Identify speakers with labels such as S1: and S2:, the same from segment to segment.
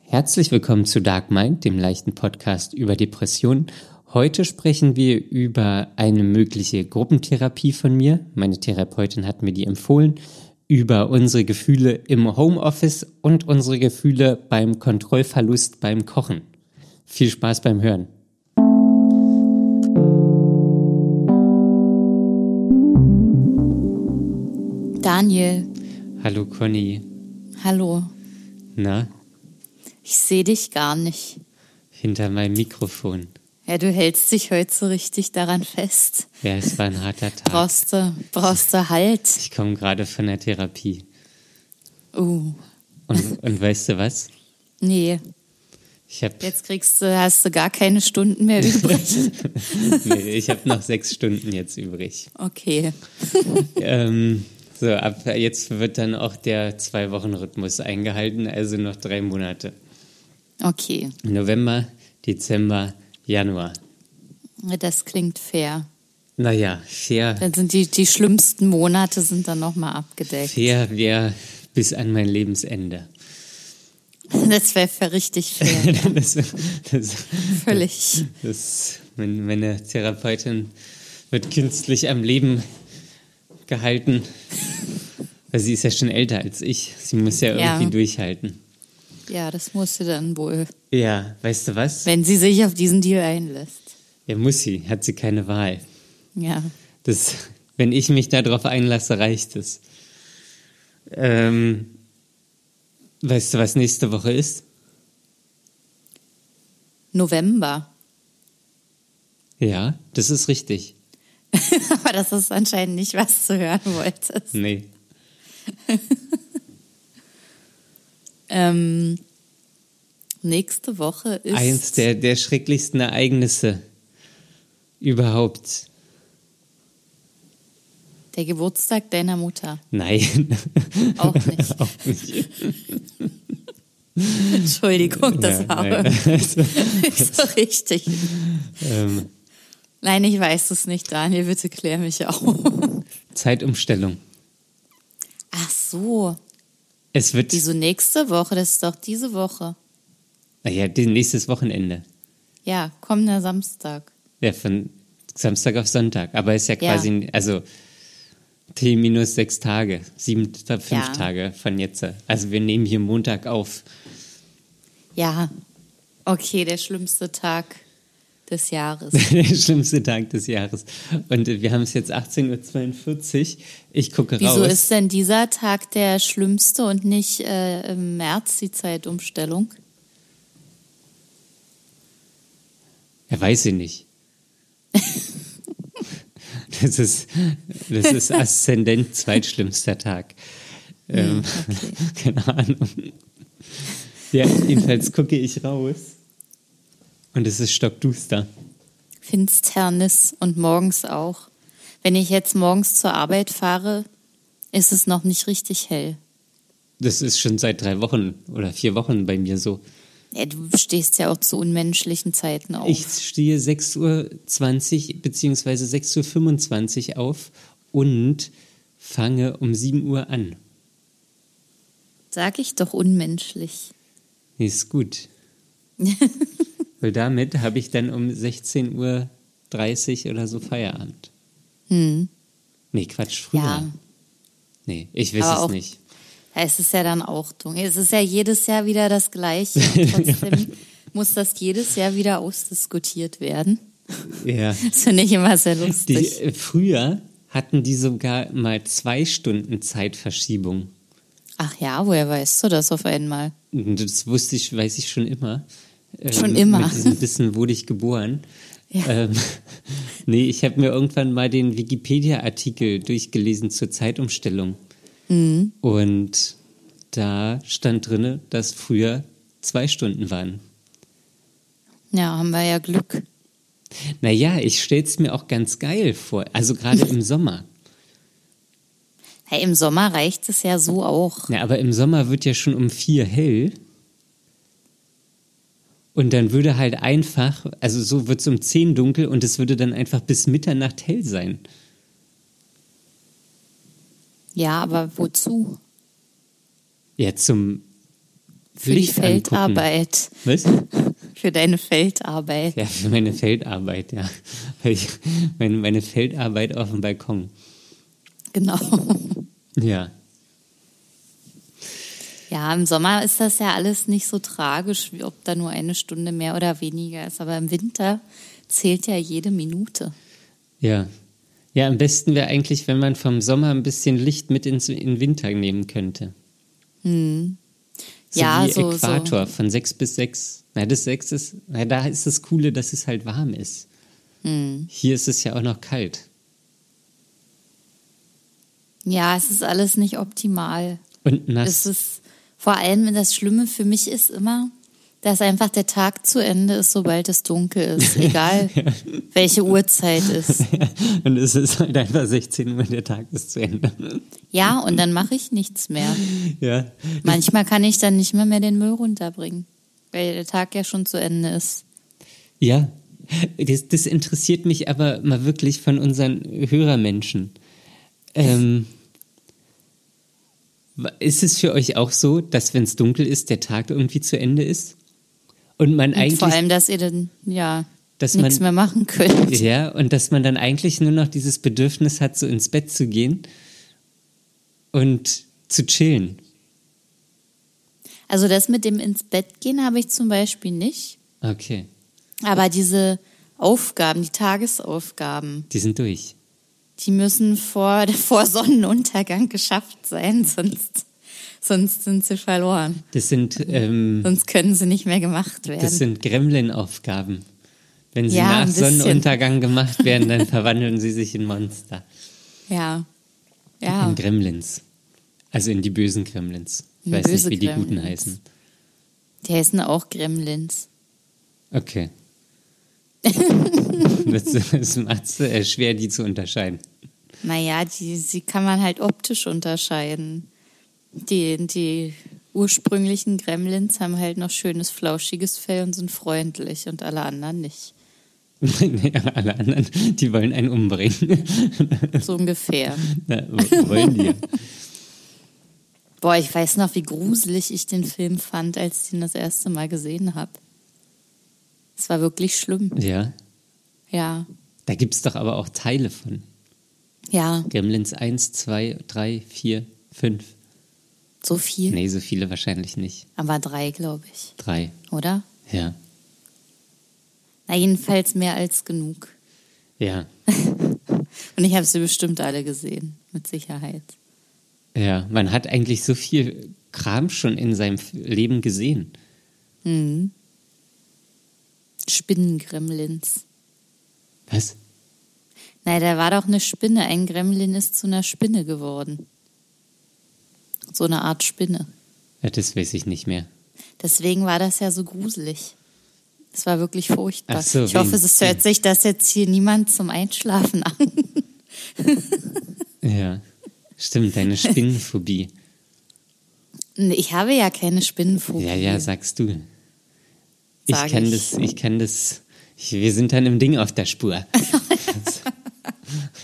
S1: Herzlich willkommen zu Dark Mind, dem leichten Podcast über Depressionen. Heute sprechen wir über eine mögliche Gruppentherapie von mir. Meine Therapeutin hat mir die empfohlen. Über unsere Gefühle im Homeoffice und unsere Gefühle beim Kontrollverlust beim Kochen. Viel Spaß beim Hören.
S2: Daniel,
S1: Hallo Conny.
S2: hallo.
S1: Na,
S2: Ich sehe dich gar nicht.
S1: hinter meinem Mikrofon.
S2: Ja, du hältst dich heute so richtig daran fest.
S1: Ja, es war ein harter Tag.
S2: Brauchst du, brauchst du Halt.
S1: Ich komme gerade von der Therapie.
S2: Uh,
S1: Und, und weißt du was?
S2: nee.
S1: Ich habe
S2: Jetzt kriegst du, hast du gar keine Stunden mehr übrig.
S1: nee, ich hab noch sechs Stunden jetzt übrig.
S2: Okay.
S1: Ähm, so, ab jetzt wird dann auch der Zwei-Wochen-Rhythmus eingehalten, also noch drei Monate.
S2: Okay.
S1: November, Dezember, Januar.
S2: Ja, Das klingt fair.
S1: Naja, fair,
S2: Dann sind die, die schlimmsten Monate sind dann nochmal abgedeckt.
S1: fair wäre bis an mein Lebensende.
S2: Das wäre richtig fair.
S1: das, das,
S2: Völlig.
S1: das, meine, meine Therapeutin wird künstlich am Leben gehalten. Weil sie ist ja schon älter als ich. Sie muss ja
S2: Ja.
S1: irgendwie durchhalten.
S2: Ja, das musst du dann wohl,
S1: Ja, weißt du was?
S2: wenn sie sich auf diesen Deal einlässt.
S1: Ja, muss sie, hat sie keine Wahl.
S2: Ja.
S1: Das, wenn ich mich darauf einlasse, reicht es. Ähm, weißt du, was nächste Woche ist?
S2: November.
S1: Ja, das ist richtig.
S2: Aber das ist anscheinend nicht, was du hören wolltest.
S1: Nee.
S2: Ähm, nächste Woche ist.
S1: Eins der, der schrecklichsten Ereignisse überhaupt.
S2: Der Geburtstag deiner Mutter.
S1: Nein.
S2: Auch nicht.
S1: Auch nicht.
S2: Entschuldigung, das
S1: Ja,
S2: war aber
S1: nein.
S2: nicht so richtig.
S1: ähm,
S2: Nein, ich weiß es nicht, Daniel. Bitte klär mich auf.
S1: Zeitumstellung.
S2: Ach so.
S1: Es wird.
S2: Wieso nächste Woche? Das ist doch diese Woche.
S1: Naja, die- nächstes Wochenende.
S2: Ja, kommender Samstag.
S1: Ja, von Samstag auf Sonntag. Aber ist ja
S2: Ja.
S1: quasi, also T minus sechs Tage, sieben, äh, fünf
S2: Ja.
S1: Tage von jetzt. Also wir nehmen hier Montag auf.
S2: Ja. Okay, der schlimmste Tag des Jahres.
S1: Der schlimmste Tag des Jahres. Und äh, wir haben es jetzt 18.42 Uhr. Ich gucke
S2: Wieso
S1: raus.
S2: ist denn dieser Tag der schlimmste und nicht äh, im März die Zeitumstellung?
S1: ja, weiß ich nicht. das ist, das ist Aszendent zweitschlimmster Tag. Ähm, Keine Ahnung. Ja, jedenfalls gucke ich raus. Und es ist stockduster.
S2: Finsternis und morgens auch. Wenn ich jetzt morgens zur Arbeit fahre, ist es noch nicht richtig hell.
S1: Das ist schon seit drei Wochen oder vier Wochen bei mir so.
S2: Ja, du stehst ja auch zu unmenschlichen Zeiten auf.
S1: Ich stehe 6.20 Uhr bzw. 6.25 Uhr auf und fange um 7 Uhr an.
S2: Sag ich doch unmenschlich.
S1: Nee, ist gut. Weil damit habe ich dann um 16.30 Uhr oder so Feierabend.
S2: Hm.
S1: Nee, Quatsch, früher.
S2: Ja,
S1: Nee, ich weiß
S2: Aber
S1: es
S2: auch-
S1: nicht.
S2: Ja, es ist ja dann auch dunkel. Es ist ja jedes Jahr wieder das Gleiche. Und trotzdem muss das jedes Jahr wieder ausdiskutiert werden.
S1: Ja.
S2: Das finde ich immer sehr
S1: Die,
S2: lustig.
S1: äh, früher hatten die sogar mal zwei Stunden Zeitverschiebung.
S2: Ach ja, woher weißt du das auf einmal?
S1: Und Das wusste ich, weiß ich schon immer. Ähm,
S2: Schon immer.
S1: Mit diesem Wissen wurde ich geboren.
S2: Ja.
S1: Ähm, nee, ich habe mir irgendwann mal den Wikipedia-Artikel durchgelesen zur Zeitumstellung.
S2: Mhm.
S1: Und da stand drinne, dass früher zwei Stunden waren.
S2: Ja, haben wir ja Glück.
S1: Naja, ich stell's mir auch ganz geil vor. Also gerade im Sommer.
S2: Hey, Im Sommer reicht es ja so auch.
S1: Na, aber im Sommer wird ja schon um vier hell. Und dann würde halt einfach, also so wird es um zehn dunkel und es würde dann einfach bis Mitternacht hell sein.
S2: Ja, aber wozu?
S1: Ja, zum
S2: Für die
S1: Licht angucken.
S2: Feldarbeit.
S1: Was?
S2: Für deine Feldarbeit.
S1: Ja, für meine Feldarbeit, ja. Ich, meine, meine Feldarbeit auf dem Balkon.
S2: Genau.
S1: Ja.
S2: Ja, im Sommer ist das ja alles nicht so tragisch, wie ob da nur eine Stunde mehr oder weniger ist. Aber im Winter zählt ja jede Minute.
S1: Ja. Ja, am besten wäre eigentlich, wenn man vom Sommer ein bisschen Licht mit ins, in den Winter nehmen könnte. So
S2: Hm. ja,
S1: wie
S2: so, so.
S1: Äquator von 6 bis 6. Na, das 6 ist, na, da ist das Coole, dass es halt warm ist.
S2: Hm.
S1: Hier ist es ja auch noch kalt.
S2: Ja, es ist alles nicht optimal.
S1: Und
S2: Es
S1: nass.
S2: ist vor allem das Schlimme für mich ist immer, dass einfach der Tag zu Ende ist, sobald es dunkel ist, egal welche Uhrzeit ist.
S1: Und es ist halt einfach 16 Uhr, der Tag ist zu Ende.
S2: Ja, und dann mache ich nichts mehr.
S1: ja.
S2: Manchmal kann ich dann nicht mehr, mehr den Müll runterbringen, weil der Tag ja schon zu Ende ist.
S1: Ja, das, das interessiert mich aber mal wirklich von unseren Hörermenschen. Ähm, wa- ist es für euch auch so, dass wenn es dunkel ist, der Tag irgendwie zu Ende ist? Und man
S2: Und
S1: eigentlich.
S2: vor allem, dass ihr dann ja
S1: Dass
S2: nichts
S1: man-
S2: mehr machen könnt.
S1: ja, und dass man dann eigentlich nur noch dieses Bedürfnis hat, so ins Bett zu gehen und zu chillen.
S2: Also das mit dem ins Bett gehen habe ich zum Beispiel nicht,
S1: Okay,
S2: aber diese Aufgaben, die Tagesaufgaben,
S1: die sind durch.
S2: die müssen vor, vor Sonnenuntergang geschafft sein, sonst, sonst sind sie verloren.
S1: Das sind,
S2: Mhm.
S1: ähm,
S2: Sonst können sie nicht mehr gemacht werden.
S1: das sind Gremlin-Aufgaben. Wenn sie
S2: Ja,
S1: nach
S2: ein bisschen.
S1: Sonnenuntergang gemacht werden, dann verwandeln sie sich in Monster.
S2: ja. Ja.
S1: In Gremlins. Also in die bösen Gremlins. Ich
S2: In
S1: weiß nicht,
S2: böse
S1: wie die guten
S2: Gremlins.
S1: heißen.
S2: Die heißen auch Gremlins.
S1: Okay. das, das macht es äh, schwer, die zu unterscheiden.
S2: Naja, die, sie kann man halt optisch unterscheiden. Die, die ursprünglichen Gremlins haben halt noch schönes, flauschiges Fell und sind freundlich und alle anderen nicht.
S1: Nee, aber Alle anderen, die wollen einen umbringen.
S2: So ungefähr.
S1: Na, w- wollen die. ja.
S2: Boah, ich weiß noch, wie gruselig ich den Film fand, als ich ihn das erste Mal gesehen habe. Es war wirklich schlimm.
S1: Ja.
S2: Ja,
S1: Da gibt es doch aber auch Teile von.
S2: ja,
S1: Gremlins 1, 2, 3, 4, 5.
S2: so viel.
S1: Nee, so viele wahrscheinlich nicht.
S2: Aber drei, glaube ich,
S1: Drei.
S2: oder?
S1: Ja.
S2: Na, jedenfalls mehr als genug.
S1: Ja.
S2: Und ich habe sie bestimmt alle gesehen, mit Sicherheit.
S1: Ja. Man hat eigentlich so viel Kram schon in seinem Leben gesehen.
S2: Hm. Spinnengremlins.
S1: Was?
S2: Na, da war doch eine Spinne. Ein Gremlin ist zu einer Spinne geworden. So eine Art Spinne.
S1: Ja, das weiß ich nicht mehr.
S2: Deswegen war das ja so gruselig. Es war wirklich furchtbar.
S1: Ach so,
S2: ich hoffe,
S1: wegen-
S2: es hört sich das jetzt hier niemand zum Einschlafen an.
S1: Ja, stimmt, deine Spinnenphobie.
S2: Nee, Ich habe ja keine Spinnenphobie.
S1: Ja, ja, sagst du. Ich
S2: Sag
S1: kann
S2: ich.
S1: das, ich kann das, ich, wir sind dann im Ding auf der Spur.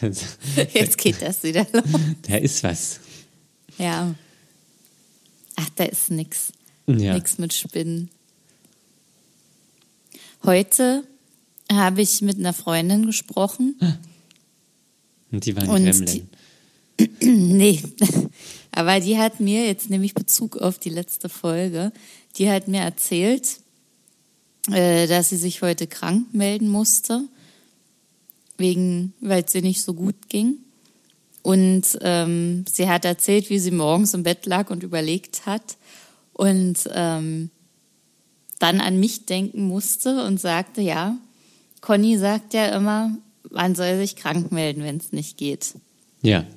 S1: Das-
S2: Jetzt geht das wieder los.
S1: da ist was.
S2: Ja. Ach, da ist nix.
S1: Ja.
S2: Nix mit Spinnen. Heute habe ich mit einer Freundin gesprochen.
S1: Und die waren
S2: Und
S1: Gremlin.
S2: nee. Aber die hat mir, jetzt nehme ich Bezug auf die letzte Folge, die hat mir erzählt, äh, dass sie sich heute krank melden musste, wegen, weil es ihr nicht so gut ging. Und ähm, sie hat erzählt, wie sie morgens im Bett lag und überlegt hat und ähm, dann an mich denken musste und sagte, ja, Conny sagt ja immer, man soll sich krank melden, wenn es nicht geht.
S1: Ja.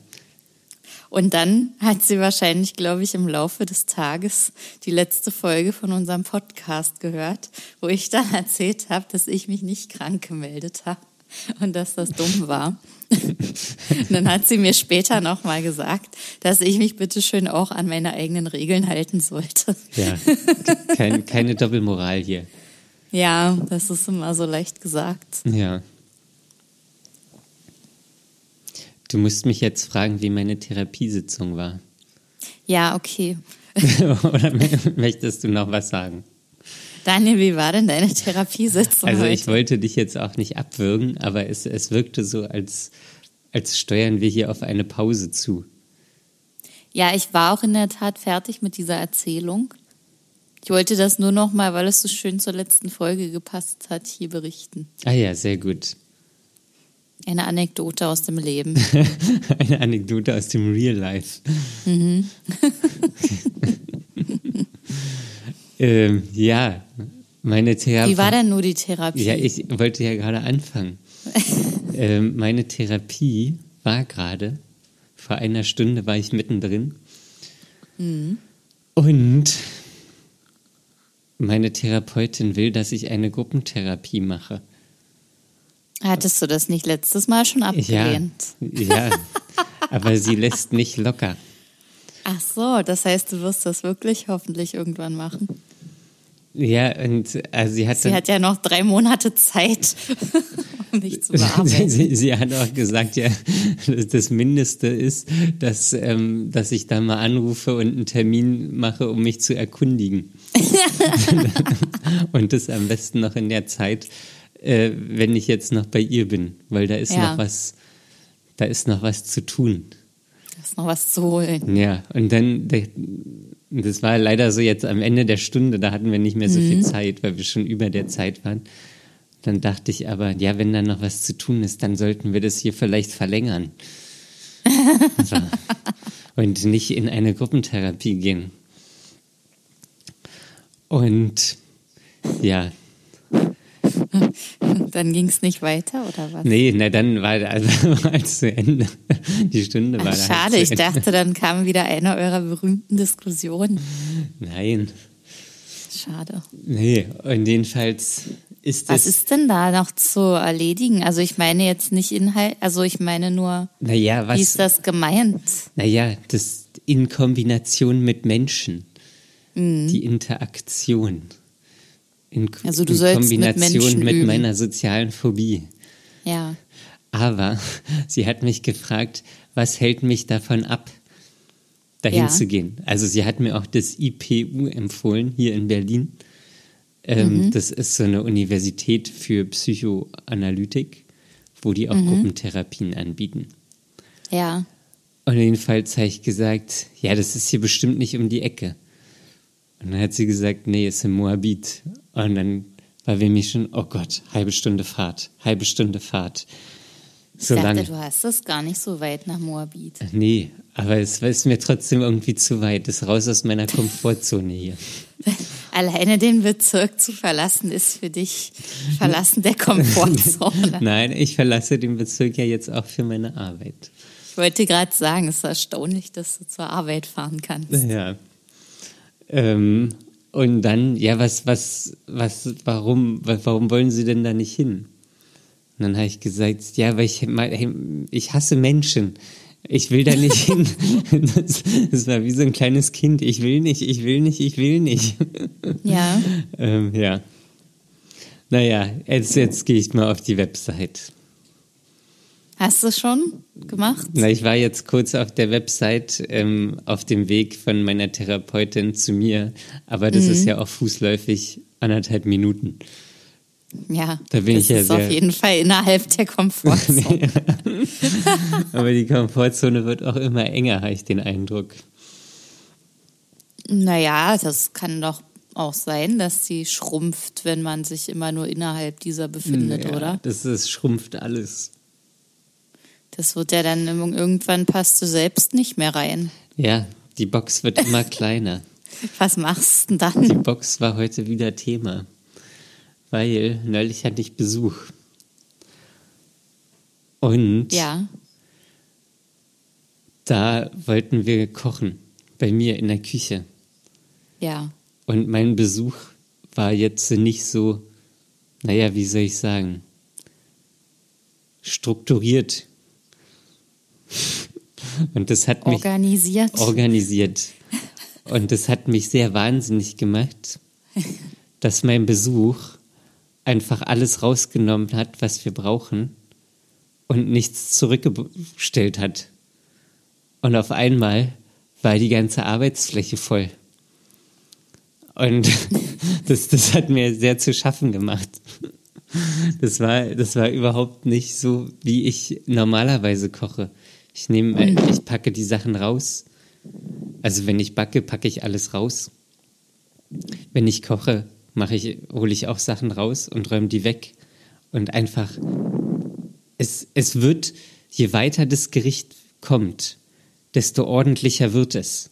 S2: Und dann hat sie wahrscheinlich, glaube ich, im Laufe des Tages die letzte Folge von unserem Podcast gehört, wo ich dann erzählt habe, dass ich mich nicht krank gemeldet habe und dass das dumm war. und dann hat sie mir später nochmal gesagt, dass ich mich bitte schön auch an meine eigenen Regeln halten sollte.
S1: Ja. Kein, keine Doppelmoral hier.
S2: Ja, das ist immer so leicht gesagt.
S1: Ja. Du musst mich jetzt fragen, wie meine Therapiesitzung war.
S2: Ja, okay.
S1: Oder möchtest du noch was sagen?
S2: Daniel, wie war denn deine Therapiesitzung?
S1: Also
S2: heute?
S1: ich wollte dich jetzt auch nicht abwürgen, aber es, es wirkte so, als, als steuern wir hier auf eine Pause zu.
S2: Ja, ich war auch in der Tat fertig mit dieser Erzählung. Ich wollte das nur noch mal, weil es so schön zur letzten Folge gepasst hat, hier berichten.
S1: Ah ja, sehr gut.
S2: Eine Anekdote aus dem Leben.
S1: Eine Anekdote aus dem Real Life.
S2: Mhm.
S1: ähm, ja, meine Therapie.
S2: Wie war denn nur die Therapie?
S1: Ja, ich wollte ja gerade anfangen. ähm, meine Therapie war gerade, vor einer Stunde war ich mittendrin. Mhm. Und meine Therapeutin will, dass ich eine Gruppentherapie mache.
S2: Hattest du das nicht letztes Mal schon abgelehnt?
S1: Ja, ja. aber sie lässt nicht locker.
S2: Ach so, das heißt, du wirst das wirklich hoffentlich irgendwann machen.
S1: Ja, und also sie hat
S2: Sie
S1: dann-
S2: hat ja noch drei Monate Zeit, um dich zu bearbeiten.
S1: Sie, sie hat auch gesagt, ja, dass das Mindeste ist, dass, ähm, dass ich da mal anrufe und einen Termin mache, um mich zu erkundigen. und das am besten noch in der Zeit, äh, wenn ich jetzt noch bei ihr bin, weil da ist
S2: Ja.
S1: noch was, da ist noch was zu tun.
S2: Da ist noch was zu holen.
S1: Ja, und dann, der- das war leider so jetzt am Ende der Stunde, da hatten wir nicht mehr so viel
S2: Mhm.
S1: Zeit, weil wir schon über der Zeit waren. Dann dachte ich aber, ja, wenn da noch was zu tun ist, dann sollten wir das hier vielleicht verlängern. So. Und nicht in eine Gruppentherapie gehen. Und ja,
S2: Dann ging es nicht weiter, oder was?
S1: nee, na dann war also, als zu Ende. Die Stunde war
S2: Ach,
S1: da. halt
S2: schade,
S1: zu
S2: ich
S1: Ende.
S2: dachte, dann kam wieder eine eurer berühmten Diskussionen.
S1: Nein,
S2: Schade.
S1: nee. Und jedenfalls ist
S2: Was
S1: das.
S2: ist denn da noch zu erledigen? Also ich meine jetzt nicht Inhalt, also ich meine nur,
S1: Naja,
S2: wie ist
S1: was?
S2: das gemeint?
S1: Naja, das in Kombination mit Menschen. Die Interaktion. In, Ko-
S2: Mhm. Also du
S1: in
S2: sollst mit
S1: Kombination
S2: Menschen
S1: mit,
S2: üben.
S1: meiner sozialen Phobie.
S2: Ja.
S1: Aber sie hat mich gefragt, was hält mich davon ab, dahin
S2: Ja.
S1: zu gehen? Also sie hat mir auch das IPU empfohlen, hier in Berlin.
S2: Mhm.
S1: Ähm, Das ist so eine Universität für Psychoanalytik, wo die auch
S2: Mhm.
S1: Gruppentherapien anbieten.
S2: Ja.
S1: Und jedenfalls habe ich gesagt, ja, das ist hier bestimmt nicht um die Ecke. Und dann hat sie gesagt, nee, ist in Moabit. Und dann war wir mir schon, oh Gott, halbe Stunde Fahrt, halbe Stunde Fahrt. So
S2: ich dachte,
S1: lange.
S2: du hast es gar nicht so weit nach Moabit.
S1: Nee, aber es war- ist mir trotzdem irgendwie zu weit. Das ist raus aus meiner Komfortzone hier.
S2: Alleine den Bezirk zu verlassen ist für dich Verlassen der Komfortzone.
S1: Nein, ich verlasse den Bezirk ja jetzt auch für meine Arbeit.
S2: Ich wollte gerade sagen, es ist erstaunlich, dass du zur Arbeit fahren kannst.
S1: Ja. Ähm, und dann, ja, was, was, was, warum, wa- warum wollen Sie denn da nicht hin? Und dann habe ich gesagt, ja, weil ich, mein- ich hasse Menschen. Ich will da nicht hin. Das, das war wie so ein kleines Kind. Ich will nicht, ich will nicht, ich will nicht.
S2: Ja.
S1: Ähm, ja. Naja, jetzt, jetzt gehe ich mal auf die Website.
S2: Hast du schon gemacht?
S1: Na, ich war jetzt kurz auf der Website ähm, auf dem Weg von meiner Therapeutin zu mir, aber das
S2: Mhm.
S1: ist ja auch fußläufig anderthalb Minuten.
S2: Ja.
S1: Da bin
S2: das
S1: ich ja
S2: ist
S1: sehr-
S2: auf jeden Fall innerhalb der Komfortzone.
S1: Aber die Komfortzone wird auch immer enger, habe ich den Eindruck.
S2: Naja, das kann doch auch sein, dass sie schrumpft, wenn man sich immer nur innerhalb dieser befindet,
S1: Ja,
S2: oder?
S1: Das ist, schrumpft alles.
S2: Das wird ja dann im- irgendwann passt du selbst nicht mehr rein.
S1: Ja, die Box wird immer kleiner.
S2: Was machst du denn
S1: Die
S2: dann?
S1: Box war heute wieder Thema, weil neulich hatte ich Besuch. Und
S2: Ja,
S1: da wollten wir kochen, bei mir in der Küche.
S2: ja.
S1: Und mein Besuch war jetzt nicht so, naja, wie soll ich sagen, strukturiert. Und das hat mich
S2: Organisiert.
S1: organisiert. Und das hat mich sehr wahnsinnig gemacht, dass mein Besuch einfach alles rausgenommen hat, was wir brauchen und nichts zurückgestellt hat. Und auf einmal war die ganze Arbeitsfläche voll. Und das, das hat mir sehr zu schaffen gemacht. Das war, das war überhaupt nicht so, wie ich normalerweise koche. Ich nehme, äh, ich packe die Sachen raus. Also wenn ich backe, packe ich alles raus. Wenn ich koche, mache ich, hole ich auch Sachen raus und räume die weg. Und einfach, es, es wird, je weiter das Gericht kommt, desto ordentlicher wird es.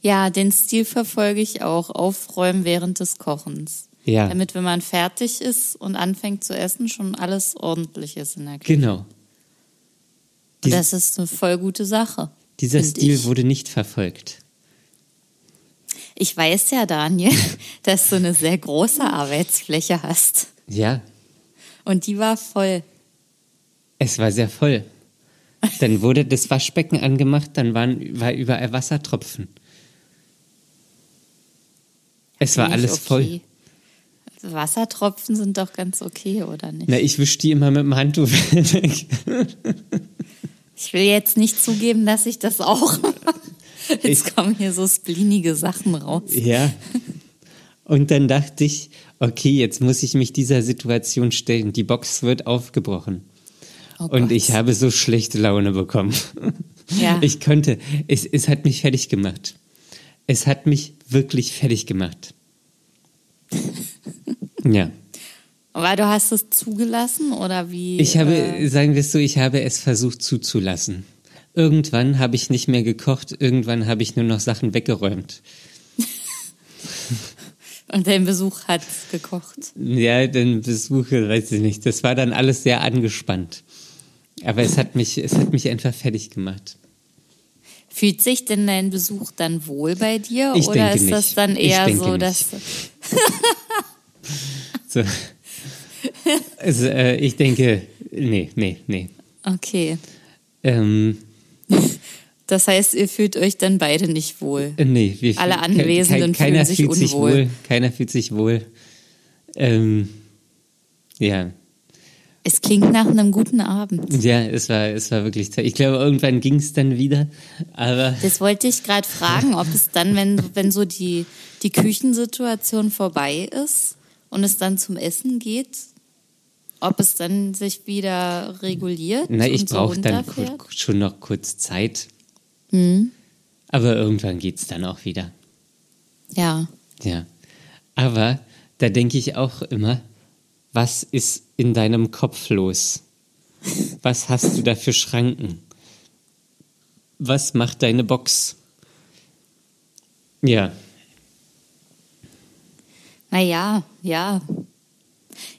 S2: Ja, den Stil verfolge ich auch. Aufräumen während des Kochens.
S1: Ja.
S2: Damit, wenn man fertig ist und anfängt zu essen, schon alles ordentlich ist in der Küche.
S1: Genau.
S2: Und das ist eine voll gute Sache.
S1: Dieser
S2: find
S1: Stil
S2: ich.
S1: wurde nicht verfolgt.
S2: Ich weiß ja, Daniel, dass du eine sehr große Arbeitsfläche hast.
S1: Ja,
S2: Und die war voll.
S1: es war sehr voll. Dann wurde das Waschbecken angemacht, dann waren, war überall Wassertropfen. Es war
S2: Nicht
S1: alles voll.
S2: okay. Also Wassertropfen sind doch ganz okay, oder nicht?
S1: Na, ich wisch die immer mit dem Handtuch weg.
S2: Ich will jetzt nicht zugeben, dass ich das auch mache. Jetzt
S1: Ich-
S2: kommen hier so splinige Sachen raus.
S1: Ja. Und dann dachte ich, okay, jetzt muss ich mich dieser Situation stellen. Die Box wird aufgebrochen.
S2: Oh
S1: und
S2: Gott.
S1: ich habe so schlechte Laune bekommen.
S2: Ja.
S1: Ich konnte, es, es hat mich fertig gemacht. Es hat mich wirklich fertig gemacht. ja.
S2: Aber du hast es zugelassen oder wie?
S1: Ich
S2: äh,
S1: habe, sagen wir es so, ich habe es versucht zuzulassen. Irgendwann habe ich nicht mehr gekocht, irgendwann habe ich nur noch Sachen weggeräumt.
S2: und dein Besuch hat gekocht.
S1: Ja, den Besuche, weiß ich nicht. Das war dann alles sehr angespannt. Aber es hat mich, es hat mich einfach fertig gemacht.
S2: Fühlt sich denn dein Besuch dann wohl bei dir
S1: Ich
S2: oder
S1: denke
S2: ist das
S1: nicht.
S2: dann
S1: Ich
S2: eher
S1: denke
S2: so,
S1: nicht.
S2: dass
S1: So. Also, äh, ich denke, nee, nee, nee.
S2: okay?
S1: Ähm,
S2: Das heißt, ihr fühlt euch dann beide nicht wohl.
S1: nee wir,
S2: Alle
S1: ke-
S2: Anwesenden
S1: keiner
S2: fühlen sich
S1: fühlt sich
S2: unwohl.
S1: wohl. Keiner fühlt sich wohl. Ähm, ja,
S2: Es klingt nach einem guten Abend.
S1: ja, es war, es war wirklich. toll. Ich glaube, irgendwann ging es dann wieder. Aber
S2: Das wollte ich gerade fragen, ob es dann, wenn, wenn so die, die Küchensituation vorbei ist und es dann zum Essen geht, ob es dann sich wieder reguliert.
S1: na, ich
S2: und so
S1: brauche dann
S2: runterfährt? Mhm.
S1: ku- schon noch kurz Zeit. Aber irgendwann geht es dann auch wieder.
S2: Ja.
S1: Ja. Aber da denke ich auch immer, was ist in deinem Kopf los? Was hast du da für Schranken? Was macht deine Box? Ja,
S2: Naja, ja.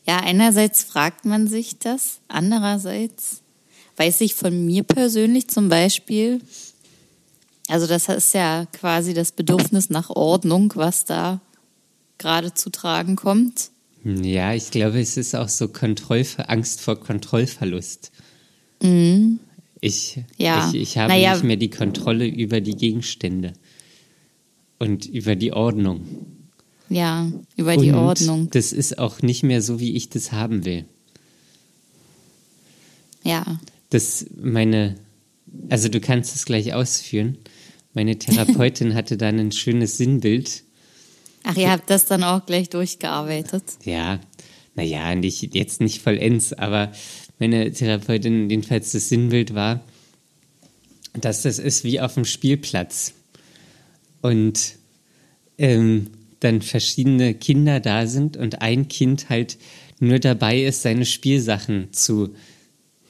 S2: Ja, einerseits fragt man sich das, andererseits weiß ich von mir persönlich zum Beispiel, also das ist ja quasi das Bedürfnis nach Ordnung, was da gerade zu tragen kommt.
S1: ja, ich glaube, es ist auch so Kontrollver Angst vor Kontrollverlust. Ich,
S2: Mhm. Ja.
S1: ich, ich habe
S2: Naja.
S1: nicht mehr die Kontrolle über die Gegenstände und über die Ordnung.
S2: Ja, über die
S1: Und
S2: Ordnung.
S1: Das ist auch nicht mehr so, wie ich das haben will.
S2: Ja.
S1: Das meine, also du kannst es gleich ausführen. Meine Therapeutin hatte dann ein schönes Sinnbild.
S2: Ach, ihr habt das dann auch gleich durchgearbeitet.
S1: Ja, naja, nicht, jetzt nicht vollends, aber meine Therapeutin jedenfalls das Sinnbild war, dass das ist wie auf dem Spielplatz. Und ähm, dann verschiedene Kinder da sind und ein Kind halt nur dabei ist, seine Spielsachen zu,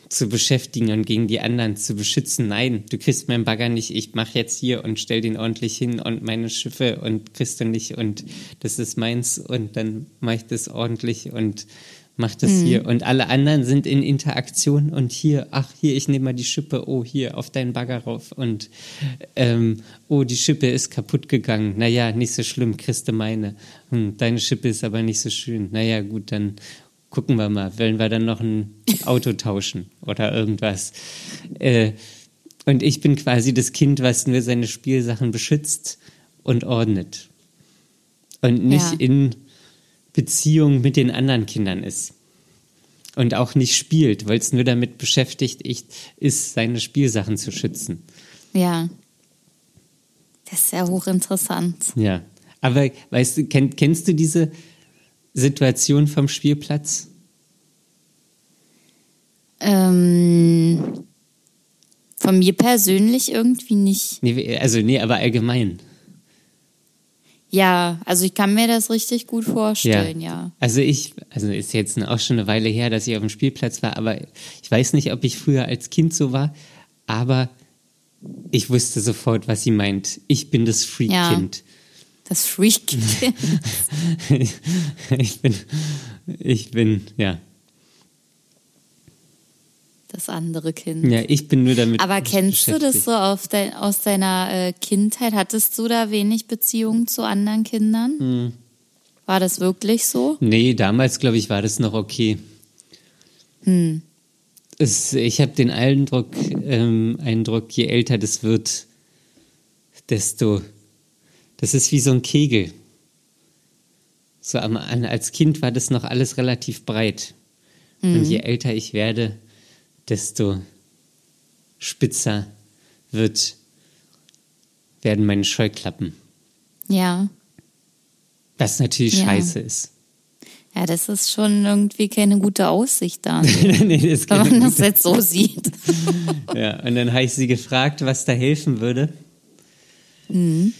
S1: zu beschäftigen und gegen die anderen zu beschützen. Nein, du kriegst meinen Bagger nicht, ich mache jetzt hier und stell den ordentlich hin und meine Schiffe und kriegst du nicht und das ist meins und dann mache ich das ordentlich und mach das hier. Und alle anderen sind in Interaktion und hier, ach hier, ich nehme mal die Schippe, oh hier, auf deinen Bagger rauf und ähm, oh, die Schippe ist kaputt gegangen. Naja, nicht so schlimm, kriegst du meine. Hm, deine Schippe ist aber nicht so schön. Naja, gut, dann gucken wir mal, wollen wir dann noch ein Auto tauschen oder irgendwas. Äh, und ich bin quasi das Kind, was nur seine Spielsachen beschützt und ordnet. Und nicht
S2: Ja.
S1: in Beziehung mit den anderen Kindern ist. Und auch nicht spielt, weil es nur damit beschäftigt ich- ist, seine Spielsachen zu schützen.
S2: Ja. Das ist ja hochinteressant.
S1: Ja. Aber weißt du, kenn, kennst du diese Situation vom Spielplatz?
S2: Ähm, von mir persönlich irgendwie nicht.
S1: Nee, also nee, aber allgemein.
S2: Ja, also ich kann mir das richtig gut vorstellen, ja.
S1: Also ich, also ist jetzt auch schon eine Weile her, dass ich auf dem Spielplatz war, aber ich weiß nicht, ob ich früher als Kind so war, aber ich wusste sofort, was sie meint. Ich bin das Freak-Kind.
S2: Das Freak.
S1: ich bin, ich bin, ja.
S2: das andere Kind.
S1: Ja, ich bin nur damit.
S2: Aber kennst du das
S1: beschäftigt.
S2: so auf dein, aus deiner äh, Kindheit? Hattest du da wenig Beziehungen zu anderen Kindern?
S1: Hm.
S2: War das wirklich so?
S1: Nee, damals, glaube ich, war das noch okay.
S2: Hm.
S1: Es, ich habe den Eindruck, ähm, Eindruck, je älter das wird, desto. Das ist wie so ein Kegel. So am, an, als Kind war das noch alles relativ breit.
S2: Hm.
S1: Und je älter ich werde, desto spitzer wird, werden meine Scheuklappen.
S2: Ja.
S1: Was natürlich
S2: Ja.
S1: scheiße ist.
S2: Ja, das ist schon irgendwie keine gute Aussicht da, ne?
S1: nee, das ist
S2: wenn
S1: keine
S2: man das jetzt so sieht.
S1: Ja, und dann habe ich sie gefragt, was da helfen würde.
S2: Mhm.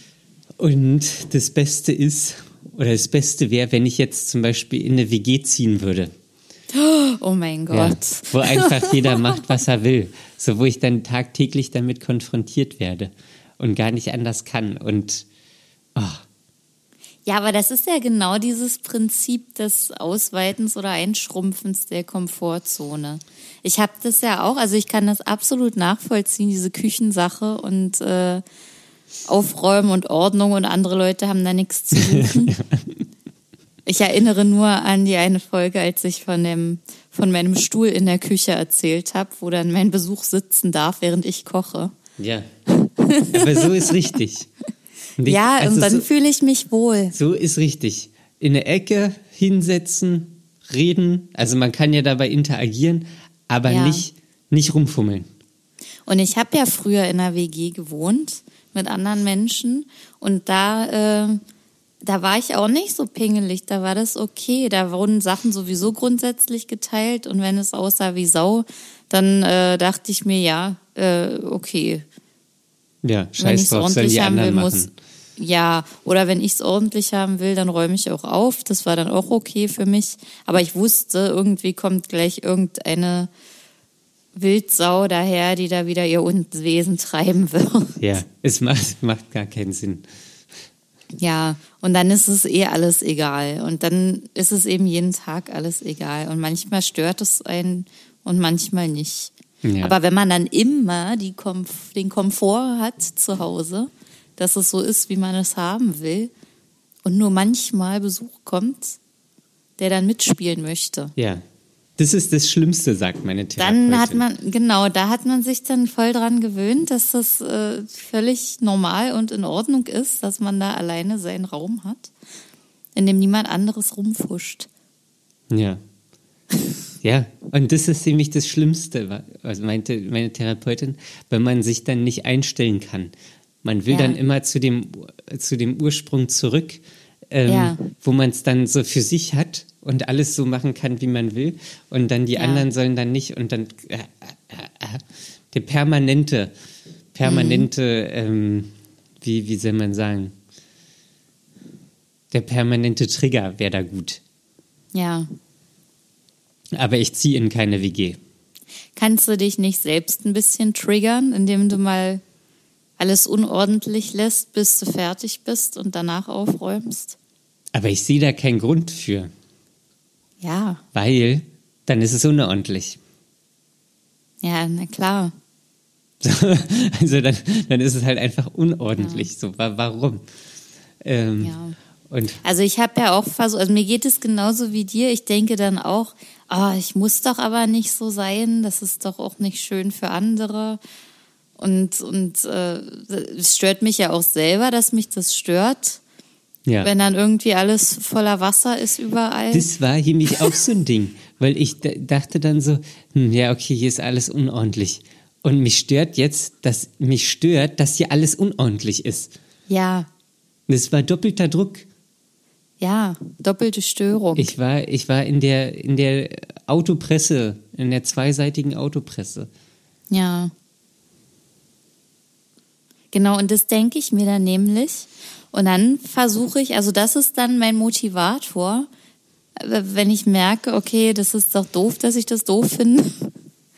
S1: Und das Beste ist, oder das Beste wäre, wenn ich jetzt zum Beispiel in eine WG ziehen würde.
S2: Oh mein Gott.
S1: Ja, wo einfach jeder macht, was er will. So, wo ich dann tagtäglich damit konfrontiert werde und gar nicht anders kann. Und ah,
S2: Ja, aber das ist ja genau dieses Prinzip des Ausweitens oder Einschrumpfens der Komfortzone. Ich habe das ja auch, also ich kann das absolut nachvollziehen, diese Küchensache und äh, Aufräumen und Ordnung und andere Leute haben da nichts zu suchen. Ich erinnere nur an die eine Folge, als ich von, dem, von meinem Stuhl in der Küche erzählt habe, wo dann mein Besuch sitzen darf, während ich koche.
S1: ja. Aber so ist richtig. Und ich-
S2: ja,
S1: also
S2: und dann
S1: so-
S2: fühle ich mich wohl.
S1: So ist richtig. In der Ecke hinsetzen, reden. Also man kann ja dabei interagieren, aber
S2: Ja.
S1: nicht, nicht rumfummeln.
S2: Und ich habe ja früher in einer WG gewohnt mit anderen Menschen und da, äh, da war ich auch nicht so pingelig, da war das okay. Da wurden Sachen sowieso grundsätzlich geteilt und wenn es aussah wie Sau, dann äh, dachte ich mir, ja, äh, okay,
S1: Ja,
S2: wenn ich
S1: scheiß
S2: es
S1: drauf, sollen
S2: ordentlich
S1: die
S2: haben will,
S1: anderen
S2: muss.
S1: machen.
S2: Ja, oder wenn ich es ordentlich haben will, dann räume ich auch auf. Das war dann auch okay für mich. Aber ich wusste, irgendwie kommt gleich irgendeine Wildsau daher, die da wieder ihr Unwesen treiben wird.
S1: Ja, es macht, macht gar keinen Sinn.
S2: Ja, und dann ist es eh alles egal. Und dann ist es eben jeden Tag alles egal. Und manchmal stört es einen und manchmal nicht.
S1: Ja.
S2: Aber wenn man dann immer die Komf den Komfort hat zu Hause, dass es so ist, wie man es haben will, und nur manchmal Besuch kommt, der dann mitspielen möchte,
S1: Ja. Das ist das Schlimmste, sagt meine Therapeutin.
S2: dann hat man, genau, da hat man sich dann voll dran gewöhnt, dass das äh, völlig normal und in Ordnung ist, dass man da alleine seinen Raum hat, in dem niemand anderes rumfuscht.
S1: Ja. Ja, und das ist nämlich das Schlimmste, wa- also meinte meine Therapeutin, wenn man sich dann nicht einstellen kann. Man will
S2: Ja.
S1: dann immer zu dem, zu dem Ursprung zurück, ähm,
S2: Ja.
S1: wo man es dann so für sich hat und alles so machen kann, wie man will. Und dann die
S2: Ja.
S1: anderen sollen dann nicht. Und dann äh, äh, äh, der permanente, permanente,
S2: Mhm.
S1: ähm, wie, wie soll man sagen, der permanente Trigger wäre da gut.
S2: Ja.
S1: Aber ich ziehe in keine WG.
S2: Kannst du dich nicht selbst ein bisschen triggern, indem du mal alles unordentlich lässt, bis du fertig bist und danach aufräumst?
S1: Aber ich sehe da keinen Grund für,
S2: Ja,
S1: weil dann ist es unordentlich.
S2: ja, na klar.
S1: also dann, dann ist es halt einfach unordentlich. So, wa warum? Ähm,
S2: Ja.
S1: Und
S2: Also ich habe ja auch versucht, also mir geht es genauso wie dir. Ich denke dann auch, ah, ich muss doch aber nicht so sein, das ist doch auch nicht schön für andere. Und, und äh, es stört mich ja auch selber, dass mich das stört,
S1: ja.
S2: wenn dann irgendwie alles voller Wasser ist überall.
S1: Das war hier mich auch so ein Ding, weil ich d- dachte dann so, hm, ja, okay, hier ist alles unordentlich. Und mich stört jetzt, dass mich stört, dass hier alles unordentlich ist.
S2: ja,
S1: Das war doppelter Druck.
S2: Ja, doppelte Störung.
S1: Ich war, ich war in der, in der Autopresse, in der zweiseitigen Autopresse.
S2: Ja. Genau, und das denke ich mir dann nämlich. Und dann versuche ich, also das ist dann mein Motivator, äh, wenn ich merke, okay, das ist doch doof, dass ich das doof finde,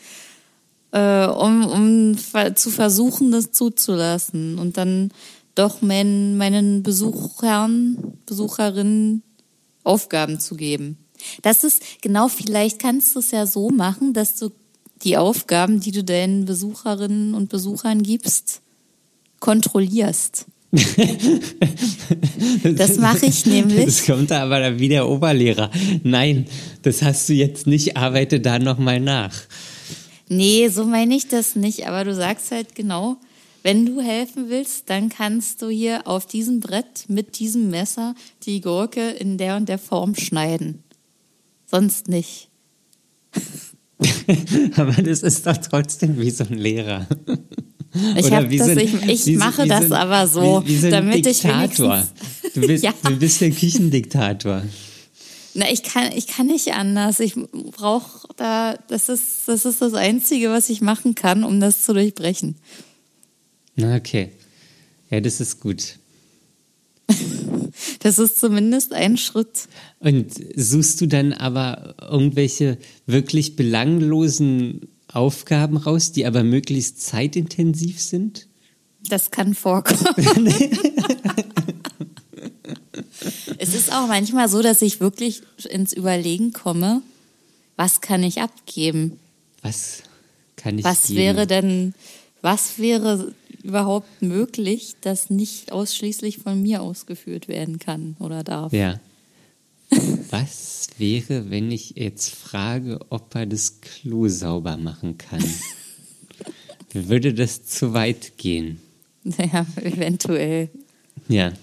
S2: äh, um, um ver- zu versuchen, das zuzulassen und dann doch mein, meinen Besuchern, Besucherinnen Aufgaben zu geben. Das ist genau, vielleicht kannst du es ja so machen, dass du die Aufgaben, die du deinen Besucherinnen und Besuchern gibst, kontrollierst. Das mache ich nämlich.
S1: Das kommt da aber dann wieder Oberlehrer. Nein, das hast du jetzt nicht, arbeite da nochmal nach.
S2: Nee, so meine ich das nicht, aber du sagst halt genau, wenn du helfen willst, dann kannst du hier auf diesem Brett mit diesem Messer die Gurke in der und der Form schneiden. Sonst nicht.
S1: aber das ist doch trotzdem wie so ein Lehrer.
S2: Ich
S1: Oder
S2: hab
S1: wie
S2: das-
S1: ein-
S2: ich- ich
S1: wie so-
S2: mache
S1: wie so
S2: das
S1: ein-
S2: aber so,
S1: wie, wie so ein
S2: damit ich
S1: Diktator. Du bist,
S2: Ja.
S1: du bist der Küchendiktator.
S2: Na, ich kann, ich kann nicht anders. Ich brauche da, das ist, das ist das Einzige, was ich machen kann, um das zu durchbrechen.
S1: Na, okay. Ja, das ist gut.
S2: Das ist zumindest ein Schritt.
S1: Und suchst du dann aber irgendwelche wirklich belanglosen Aufgaben raus, die aber möglichst zeitintensiv sind?
S2: Das kann vorkommen. es ist auch manchmal so, dass ich wirklich ins Überlegen komme, was kann ich abgeben?
S1: Was kann ich
S2: Was
S1: geben?
S2: wäre denn, was wäre überhaupt möglich, das nicht ausschließlich von mir ausgeführt werden kann oder darf?
S1: Ja. Was wäre, wenn ich jetzt frage, ob er das Klo sauber machen kann? Würde das zu weit gehen?
S2: Naja, eventuell.
S1: Ja.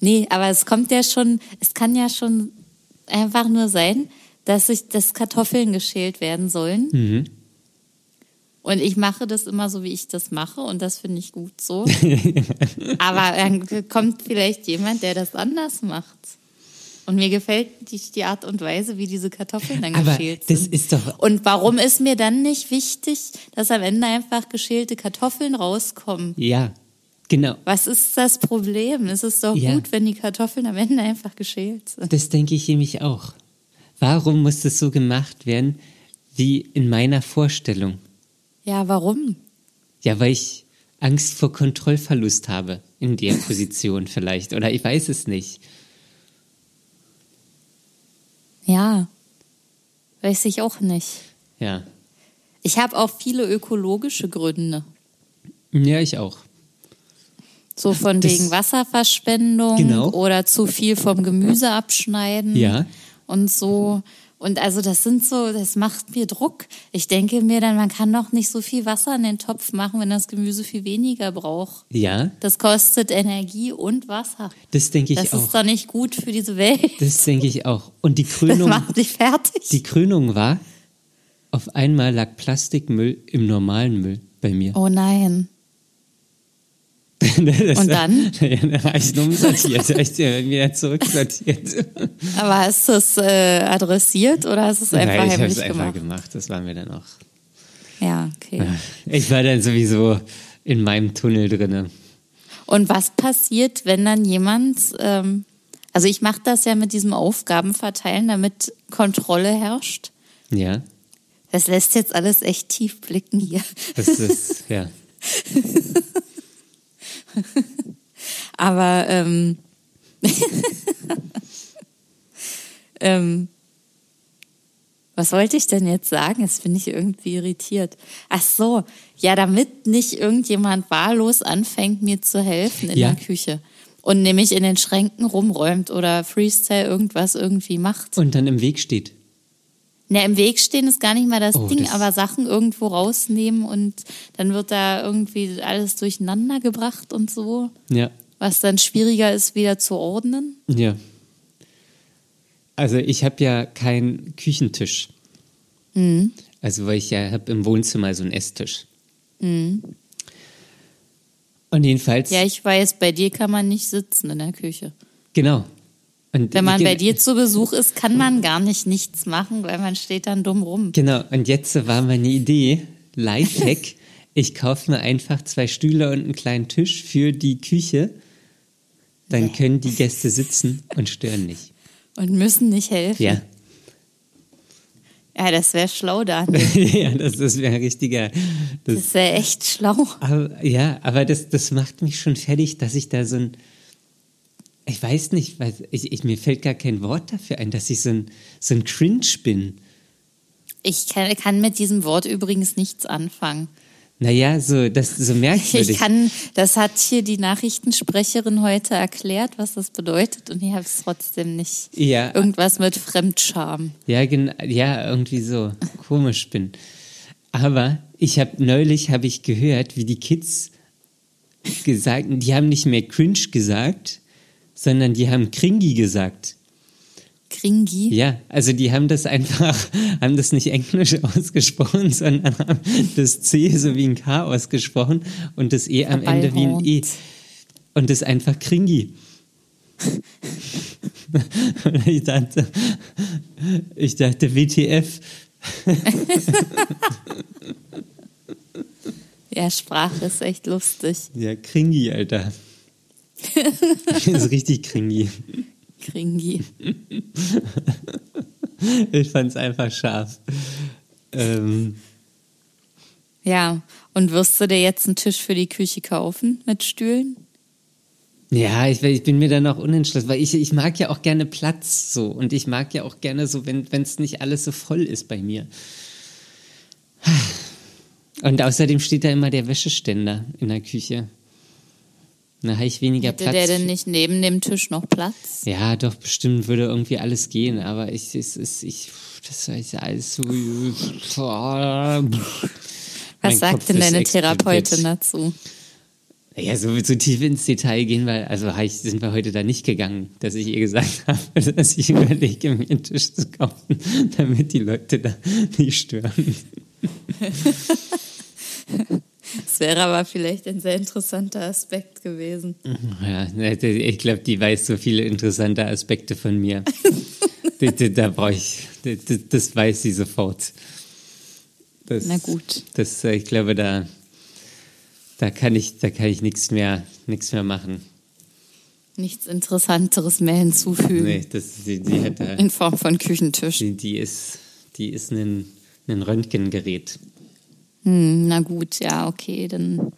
S2: Nee, aber es kommt ja schon, es kann ja schon einfach nur sein, dass ich, dass Kartoffeln geschält werden sollen. Und ich mache das immer so, wie ich das mache und das finde ich gut so. aber dann kommt vielleicht jemand, der das anders macht. Und mir gefällt die, die Art und Weise, wie diese Kartoffeln dann
S1: Aber
S2: geschält sind.
S1: das ist doch
S2: Und warum ist mir dann nicht wichtig, dass am Ende einfach geschälte Kartoffeln rauskommen?
S1: ja genau.
S2: Was ist das Problem? Es ist doch
S1: Ja.
S2: gut, wenn die Kartoffeln am Ende einfach geschält sind.
S1: Das denke ich nämlich auch. Warum muss das so gemacht werden, wie in meiner Vorstellung?
S2: Ja, warum?
S1: Ja, weil ich Angst vor Kontrollverlust habe in der Position vielleicht oder ich weiß es nicht.
S2: Ja, weiß ich auch nicht.
S1: Ja,
S2: Ich habe auch viele ökologische Gründe.
S1: ja ich auch.
S2: So von
S1: Das-
S2: wegen Wasserverschwendung
S1: Genau.
S2: oder zu viel vom Gemüse abschneiden
S1: Ja.
S2: und so. Und also das sind so, das macht mir Druck. Ich denke mir dann, man kann doch nicht so viel Wasser in den Topf machen, wenn das Gemüse viel weniger braucht.
S1: Ja,
S2: Das kostet Energie und Wasser.
S1: das denke ich
S2: das
S1: auch.
S2: ist doch nicht gut für diese Welt.
S1: Das denke ich auch. Und die
S2: Das
S1: Krönung,
S2: macht dich fertig.
S1: die Krönung war, auf einmal lag Plastikmüll im normalen Müll bei mir.
S2: oh nein.
S1: Das-
S2: Und dann?
S1: Ja, dann habe ich ihn umsortiert, habe ich den wieder zurücksortiert.
S2: Aber hast du es äh, adressiert oder hast du es einfach
S1: Nein, ich habe
S2: heimlich
S1: es einfach
S2: gemacht?
S1: gemacht. Das war mir dann auch.
S2: ja, okay.
S1: Ich war dann sowieso in meinem Tunnel drinne.
S2: Und was passiert, wenn dann jemand, ähm, also ich mache das ja mit diesem Aufgabenverteilen, damit Kontrolle herrscht.
S1: Ja,
S2: Das lässt jetzt alles echt tief blicken hier.
S1: das ist, ja.
S2: Aber ähm, ähm, was wollte ich denn jetzt sagen? Jetzt bin ich irgendwie irritiert. Ach so, ja, damit nicht irgendjemand wahllos anfängt, mir zu helfen in
S1: Ja.
S2: der Küche und nämlich in den Schränken rumräumt oder Freestyle irgendwas irgendwie macht.
S1: Und dann im Weg steht.
S2: Na, im Weg stehen ist gar nicht mal das
S1: Oh,
S2: Ding,
S1: das-
S2: aber Sachen irgendwo rausnehmen und dann wird da irgendwie alles durcheinander gebracht und so,
S1: Ja,
S2: was dann schwieriger ist, wieder zu ordnen.
S1: ja. Also ich habe ja keinen Küchentisch.
S2: Mhm.
S1: Also weil ich ja habe im Wohnzimmer so einen Esstisch. Und jedenfalls,
S2: Mhm. Ja, ich weiß, bei dir kann man nicht sitzen in der Küche.
S1: genau. Und
S2: Wenn man
S1: gen-
S2: bei dir zu Besuch ist, kann man gar nicht nichts machen, weil man steht dann dumm rum.
S1: Genau, und jetzt war meine Idee, Lifehack, ich kaufe mir einfach zwei Stühle und einen kleinen Tisch für die Küche. Dann können die Gäste sitzen und stören nicht.
S2: Und müssen nicht helfen.
S1: Ja,
S2: Ja, das wäre schlau, Daniel.
S1: ja das, das wäre ein richtiger. Das,
S2: Das wäre echt schlau.
S1: aber, ja, aber das, das macht mich schon fertig, dass ich da so ein. Ich weiß nicht, weil ich, ich, mir fällt gar kein Wort dafür ein, dass ich so ein, so ein Cringe bin.
S2: Ich kann, kann mit diesem Wort übrigens nichts anfangen.
S1: Naja, so, das, so merkwürdig.
S2: Ich kann, das hat hier die Nachrichtensprecherin heute erklärt, was das bedeutet, und ich habe es trotzdem nicht.
S1: Ja.
S2: Irgendwas mit Fremdscham.
S1: Ja, genau, ja, irgendwie so komisch bin. Aber ich habe neulich habe ich gehört, wie die Kids gesagt, die haben nicht mehr cringe gesagt, sondern die haben kringi gesagt.
S2: Kringi.
S1: Ja, also die haben das einfach, haben das nicht englisch ausgesprochen, sondern haben das C so wie ein K ausgesprochen und das E am Ende wie ein E. Und das einfach kringi. und ich dachte, ich dachte, WTF.
S2: Ja, Sprache ist echt lustig.
S1: Ja, Kringi, Alter. das ist richtig Kringi.
S2: Kringi.
S1: Ich fand's einfach scharf. Ähm,
S2: Ja, und wirst du dir jetzt einen Tisch für die Küche kaufen mit Stühlen?
S1: ja, ich, ich bin mir da noch unentschlossen, weil ich, ich mag ja auch gerne Platz so und ich mag ja auch gerne so, wenn es nicht alles so voll ist bei mir. Und außerdem steht da immer der Wäscheständer in der Küche. Da habe ich weniger
S2: Hätte
S1: Platz.
S2: der
S1: für-
S2: denn nicht neben dem Tisch noch Platz?
S1: Ja, doch, bestimmt würde irgendwie alles gehen, aber ich, es ist, ich, das ist alles so.
S2: Was
S1: Mein
S2: sagt
S1: Kopf
S2: denn
S1: ist
S2: deine
S1: explodiert.
S2: Therapeutin dazu?
S1: Ja, so, so tief ins Detail gehen wir, also hab ich- sind wir heute da nicht gegangen, dass ich ihr gesagt habe, dass ich überlege, mir einen Tisch zu kaufen, damit die Leute da nicht stören.
S2: Das wäre aber vielleicht ein sehr interessanter Aspekt gewesen.
S1: Ja, ich glaube, die weiß so viele interessante Aspekte von mir. da da, da brauche ich, da, da, das weiß sie sofort. Das,
S2: Na gut.
S1: Das, äh, ich glaube, da, da kann ich, da kann ich nichts mehr, nichts mehr machen.
S2: Nichts Interessanteres mehr hinzufügen.
S1: Nee, das, die, die, hat da,
S2: In Form von Küchentisch.
S1: die, die ist, die ist ein, ein Röntgengerät.
S2: Hm, na gut, ja, okay, dann.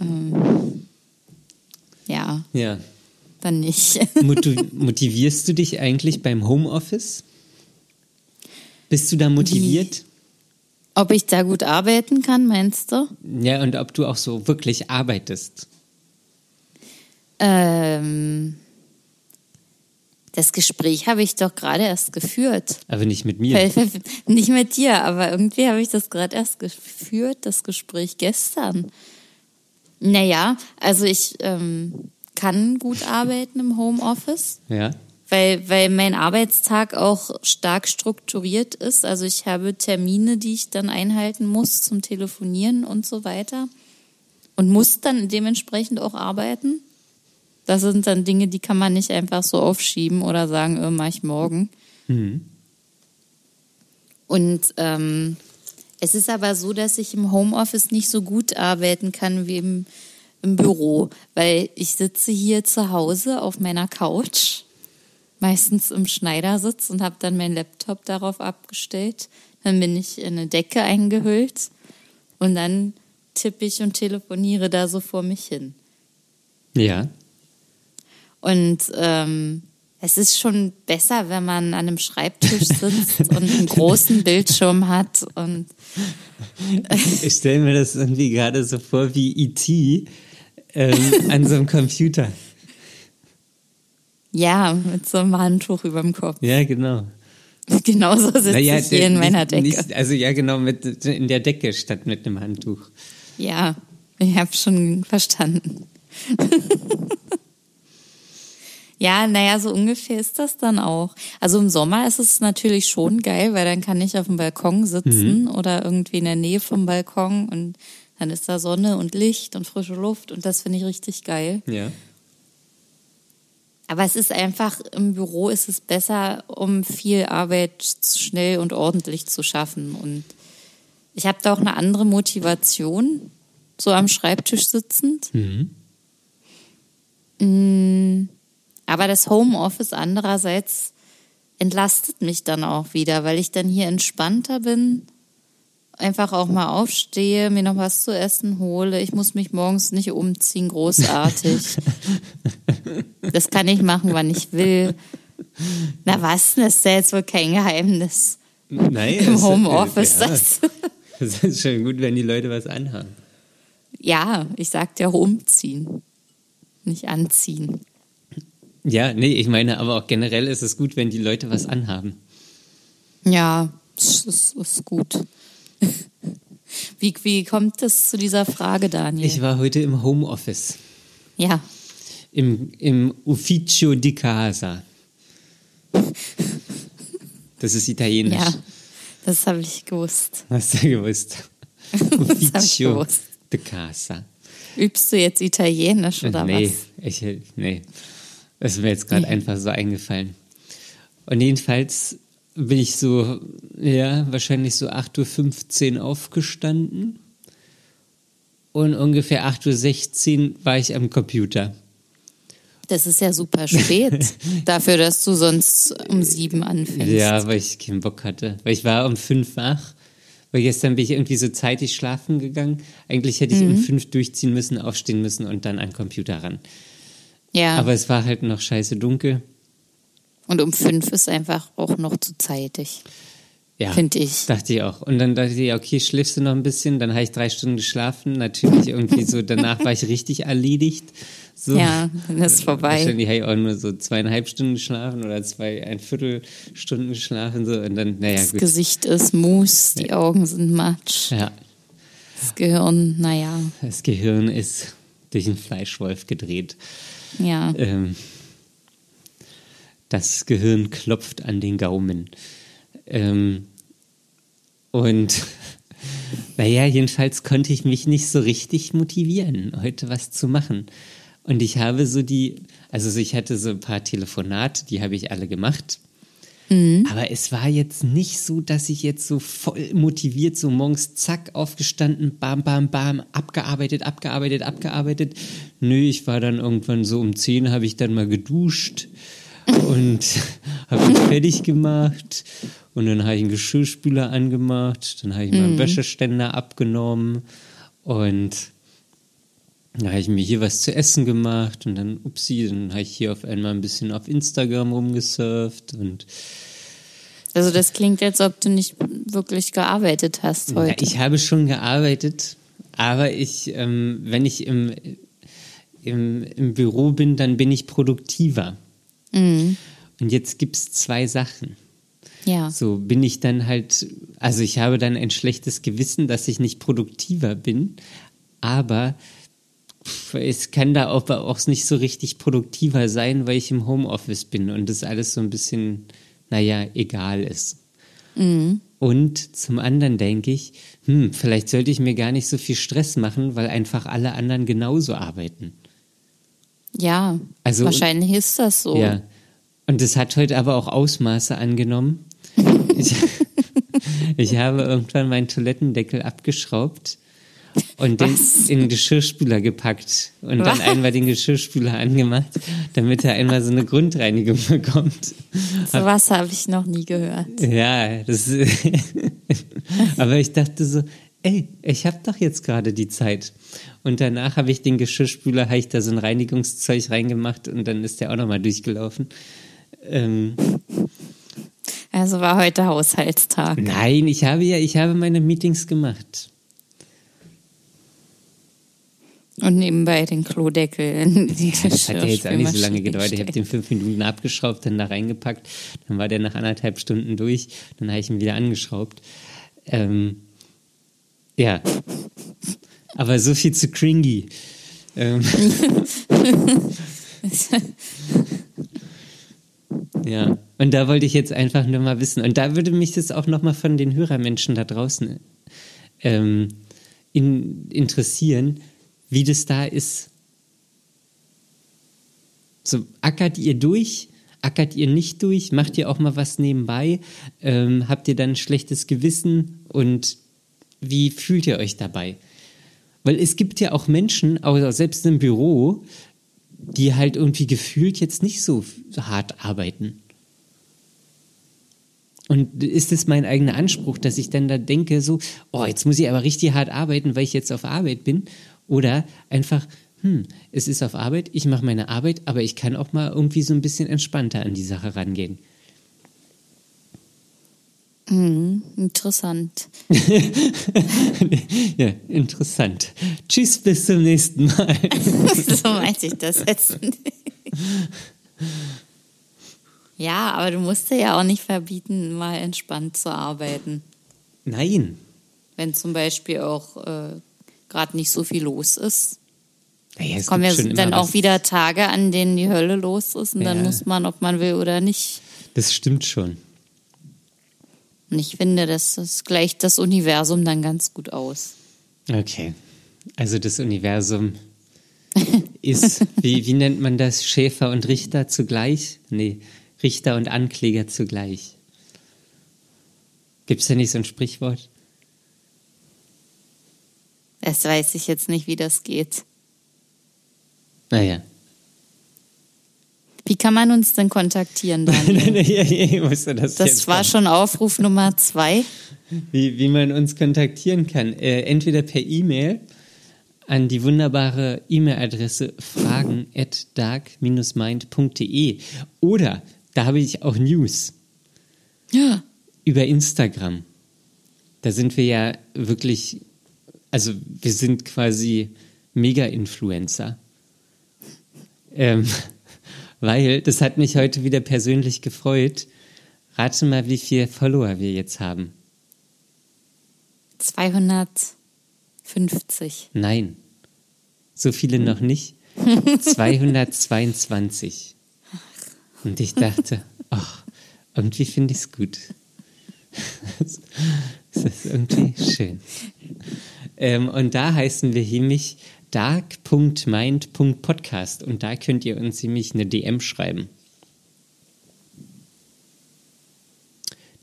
S2: Ähm, ja,
S1: Ja.
S2: dann nicht.
S1: Motu- Motivierst du dich eigentlich beim Homeoffice? Bist du da motiviert?
S2: Ob ich da gut arbeiten kann, meinst du?
S1: Ja, und ob du auch so wirklich arbeitest.
S2: Ähm, das Gespräch habe ich doch gerade erst geführt.
S1: Aber nicht mit mir.
S2: Nicht mit dir, aber irgendwie habe ich das gerade erst geführt, das Gespräch gestern. Naja, also ich ähm, kann gut arbeiten im Homeoffice.
S1: Ja.
S2: weil, weil mein Arbeitstag auch stark strukturiert ist. Also ich habe Termine, die ich dann einhalten muss zum Telefonieren und so weiter. Und muss dann dementsprechend auch arbeiten. Das sind dann Dinge, die kann man nicht einfach so aufschieben oder sagen, äh, mach ich morgen. Und ähm, es ist aber so, dass ich im Homeoffice nicht so gut arbeiten kann wie im, im Büro, weil ich sitze hier zu Hause auf meiner Couch meistens im Schneidersitz und habe dann meinen Laptop darauf abgestellt. Dann bin ich in eine Decke eingehüllt und dann tippe ich und telefoniere da so vor mich hin.
S1: Ja.
S2: Und ähm, es ist schon besser, wenn man an einem Schreibtisch sitzt und einen großen Bildschirm hat und
S1: Ich stelle mir das irgendwie gerade so vor wie E.T. Ähm, an so einem Computer.
S2: ja, mit so einem Handtuch über dem Kopf.
S1: Ja, genau.
S2: Genauso sitze
S1: Naja, äh,
S2: ich hier in
S1: nicht-
S2: meiner Decke.
S1: nicht- also ja, genau, mit, in der Decke statt mit einem Handtuch.
S2: Ja, ich habe schon verstanden. ja, naja, so ungefähr ist das dann auch. Also im Sommer ist es natürlich schon geil, weil dann kann ich auf dem Balkon sitzen oder irgendwie in der Nähe vom Balkon und Dann ist da Sonne und Licht und frische Luft und das finde ich richtig geil.
S1: Ja.
S2: Aber es ist einfach, im Büro ist es besser, um viel Arbeit schnell und ordentlich zu schaffen. Und ich habe da auch eine andere Motivation, so am Schreibtisch sitzend.
S1: Mhm.
S2: Mm, Aber das Homeoffice andererseits entlastet mich dann auch wieder, weil ich dann hier entspannter bin, einfach auch mal aufstehe, mir noch was zu essen hole. Ich muss mich morgens nicht umziehen, großartig. das kann ich machen, wann ich will. Na was, das ist ja jetzt wohl kein Geheimnis.
S1: Nein,
S2: Im
S1: es-
S2: Homeoffice,
S1: äh, ja,
S2: das.
S1: Es ist schon gut, wenn die Leute was anhaben.
S2: Ja, ich sag dir auch umziehen, nicht anziehen.
S1: Ja, nee, ich meine, aber auch generell ist es gut, wenn die Leute was anhaben.
S2: Ja, es ist, ist gut. Wie, wie kommt es zu dieser Frage, Daniel?
S1: Ich war heute im Homeoffice,
S2: ja,
S1: im, im Ufficio di Casa. Das ist italienisch.
S2: ja, das habe ich gewusst.
S1: Hast du gewusst?
S2: hab ich
S1: Ufficio
S2: gewusst.
S1: di Casa.
S2: Übst du jetzt Italienisch oder
S1: nee,
S2: was?
S1: Ich, nee, das ist mir jetzt gerade einfach so eingefallen. Und jedenfalls bin ich so, ja, wahrscheinlich so 8.15 Uhr aufgestanden und ungefähr 8.16 Uhr war ich am Computer.
S2: Das ist ja super spät, dafür, dass du sonst um sieben anfängst.
S1: Ja, weil ich keinen Bock hatte. Weil ich war um fünf wach. Weil gestern bin ich irgendwie so zeitig schlafen gegangen. Eigentlich hätte ich
S2: Mhm.
S1: um fünf durchziehen müssen, aufstehen müssen und dann an den Computer ran.
S2: Ja,
S1: Aber es war halt noch scheiße dunkel.
S2: und um fünf ist einfach auch noch zu zeitig.
S1: Ja,
S2: Find ich.
S1: Dachte ich auch. Und dann dachte ich, okay, schläfst du noch ein bisschen? Dann habe ich drei Stunden geschlafen. Natürlich irgendwie so, danach war ich richtig erledigt. So.
S2: Ja, dann ist vorbei.
S1: Wahrscheinlich habe ich auch nur so zweieinhalb Stunden geschlafen oder zwei, ein Stunden geschlafen. So. Und dann, naja,
S2: Das
S1: gut.
S2: Gesicht ist Mus, die Augen sind matsch,
S1: Ja,
S2: das Gehirn, naja,
S1: das Gehirn ist durch einen Fleischwolf gedreht.
S2: ja.
S1: Ähm, das Gehirn klopft an den Gaumen. Ähm, und naja, jedenfalls konnte ich mich nicht so richtig motivieren, heute was zu machen. Und ich habe so die, also so ich hatte so ein paar Telefonate, die habe ich alle gemacht. Aber es war jetzt nicht so, dass ich jetzt so voll motiviert, so morgens zack aufgestanden, bam, bam, bam, abgearbeitet, abgearbeitet, abgearbeitet. Nö, ich war dann irgendwann so um 10 habe ich dann mal geduscht und habe mich fertig gemacht. Und dann habe ich einen Geschirrspüler angemacht, dann habe ich meinen Wäscheständer abgenommen und dann habe ich mir hier was zu essen gemacht und dann, upsie, dann habe ich hier auf einmal ein bisschen auf Instagram rumgesurft und
S2: Also das klingt, als ob du nicht wirklich gearbeitet hast
S1: Ja,
S2: heute.
S1: ich habe schon gearbeitet, aber ich, ähm, wenn ich im, im, im Büro bin, dann bin ich produktiver. Und jetzt gibt es zwei Sachen.
S2: ja.
S1: So bin ich dann halt, also ich habe dann ein schlechtes Gewissen, dass ich nicht produktiver bin, aber pff, es kann da auch, auch nicht so richtig produktiver sein, weil ich im Homeoffice bin und das alles so ein bisschen, naja, egal ist. Und zum anderen denke ich, hm, vielleicht sollte ich mir gar nicht so viel Stress machen, weil einfach alle anderen genauso arbeiten.
S2: Ja,
S1: Also-
S2: wahrscheinlich ist das so.
S1: Ja. Und das hat heute aber auch Ausmaße angenommen. Ich, ich habe irgendwann meinen Toilettendeckel abgeschraubt und den in den Geschirrspüler gepackt und dann
S2: Was?
S1: einmal den Geschirrspüler angemacht, damit er einmal so eine Grundreinigung bekommt.
S2: So was habe ich noch nie gehört.
S1: Ja, das aber ich dachte so, ey, ich habe doch jetzt gerade die Zeit. Und danach habe ich den Geschirrspüler, habe ich da so ein Reinigungszeug reingemacht und dann ist der auch nochmal durchgelaufen. Ähm,
S2: Also war heute Haushaltstag.
S1: nein, ich habe ja, ich habe meine Meetings gemacht.
S2: Und nebenbei den Klodeckel in die
S1: Das hat ja jetzt auch nicht so lange
S2: Geschirrspülmaschine
S1: gedauert. Ich habe
S2: gestellt.
S1: den fünf Minuten abgeschraubt, dann da reingepackt. Dann war der nach anderthalb Stunden durch. Dann habe ich ihn wieder angeschraubt. Ähm, ja. Aber so viel zu cringy. Ähm. ja. Und da wollte ich jetzt einfach nur mal wissen. Und da würde mich das auch nochmal von den Hörermenschen da draußen ähm, in, interessieren, wie das da ist. So, ackert ihr durch? Ackert ihr nicht durch? Macht ihr auch mal was nebenbei? Ähm, habt ihr dann ein schlechtes Gewissen? Und wie fühlt ihr euch dabei? Weil es gibt ja auch Menschen, also selbst im Büro, die halt irgendwie gefühlt jetzt nicht so hart arbeiten. Und ist es mein eigener Anspruch, dass ich dann da denke, so, oh, jetzt muss ich aber richtig hart arbeiten, weil ich jetzt auf Arbeit bin? Oder einfach, hm, es ist auf Arbeit, ich mache meine Arbeit, aber ich kann auch mal irgendwie so ein bisschen entspannter an die Sache rangehen.
S2: Mhm, interessant.
S1: ja, interessant. Tschüss, bis zum nächsten Mal.
S2: so meinte ich das jetzt. ja, aber du musst dir ja auch nicht verbieten, mal entspannt zu arbeiten.
S1: Nein.
S2: Wenn zum Beispiel auch äh, gerade nicht so viel los ist.
S1: Naja, es
S2: Kommen
S1: gibt
S2: ja
S1: schon immer
S2: dann
S1: was.
S2: auch wieder Tage, an denen die Hölle los ist und
S1: Ja.
S2: dann muss man, ob man will oder nicht.
S1: Das stimmt schon.
S2: Und ich finde, das, das gleicht das Universum dann ganz gut aus.
S1: Okay. Also das Universum ist, wie, wie nennt man das? Schäfer und Richter zugleich? Nee, Richter und Ankläger zugleich. Gibt es da nicht so ein Sprichwort?
S2: Das weiß ich jetzt nicht, wie das geht.
S1: Naja.
S2: Wie kann man uns denn kontaktieren, Daniel?
S1: das
S2: Das war schon Aufruf Nummer zwei.
S1: wie, wie man uns kontaktieren kann. Äh, entweder per E-Mail an die wunderbare E-Mail-Adresse fragen at dark-mind.de oder da habe ich auch News.
S2: Ja.
S1: über Instagram. Da sind wir ja wirklich, also wir sind quasi Mega-Influencer. Ähm, weil, das hat mich heute wieder persönlich gefreut. Rate mal, wie viele Follower wir jetzt haben.
S2: 250.
S1: Nein, so viele
S2: Hm.
S1: noch nicht. 222. Und ich dachte, ach, irgendwie finde ich es gut. Das ist irgendwie schön. Ähm, und da heißen wir nämlich dark.mind.podcast und da könnt ihr uns nämlich eine DM schreiben.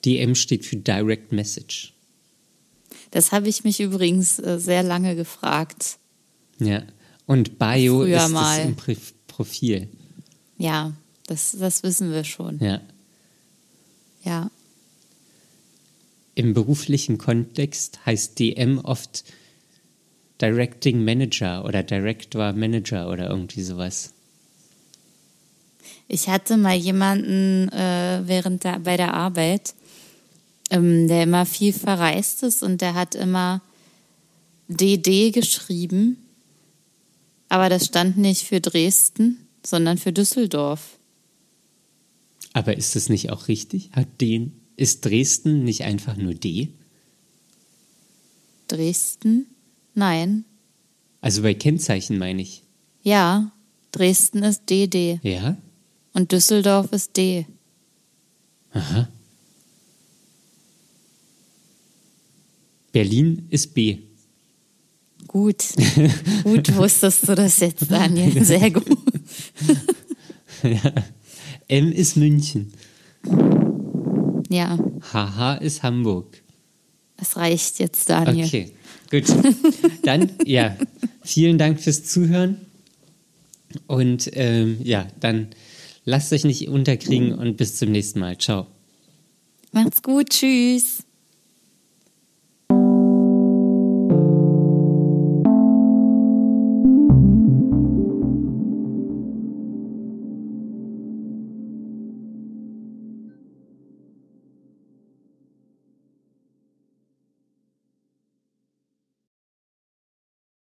S1: DM steht für Direct Message.
S2: Das habe ich mich übrigens äh, sehr lange gefragt.
S1: Ja. Und Bio
S2: Früher
S1: ist
S2: mal.
S1: das im Pri- Profil.
S2: Ja, das, das wissen wir schon.
S1: Ja.
S2: Ja.
S1: Im beruflichen Kontext heißt DM oft Directing Manager oder Director Manager oder irgendwie sowas.
S2: Ich hatte mal jemanden äh, während der, bei der Arbeit, ähm, der immer viel verreist ist und der hat immer DD geschrieben, aber das stand nicht für Dresden, sondern für Düsseldorf.
S1: Aber ist das nicht auch richtig? Hat den, ist Dresden nicht einfach nur D?
S2: Dresden? Nein.
S1: Also bei Kennzeichen meine ich.
S2: Ja, Dresden ist DD
S1: Ja?
S2: und Düsseldorf ist D.
S1: Aha. Berlin ist B.
S2: Gut. gut wusstest du das jetzt, Daniel. Sehr gut.
S1: M ist München.
S2: Ja,
S1: HH ist Hamburg.
S2: es reicht jetzt, Daniel.
S1: Okay, gut. Dann, ja, vielen Dank fürs Zuhören. Und ähm, ja, dann lasst euch nicht unterkriegen und bis zum nächsten Mal. Ciao.
S2: Macht's gut. Tschüss.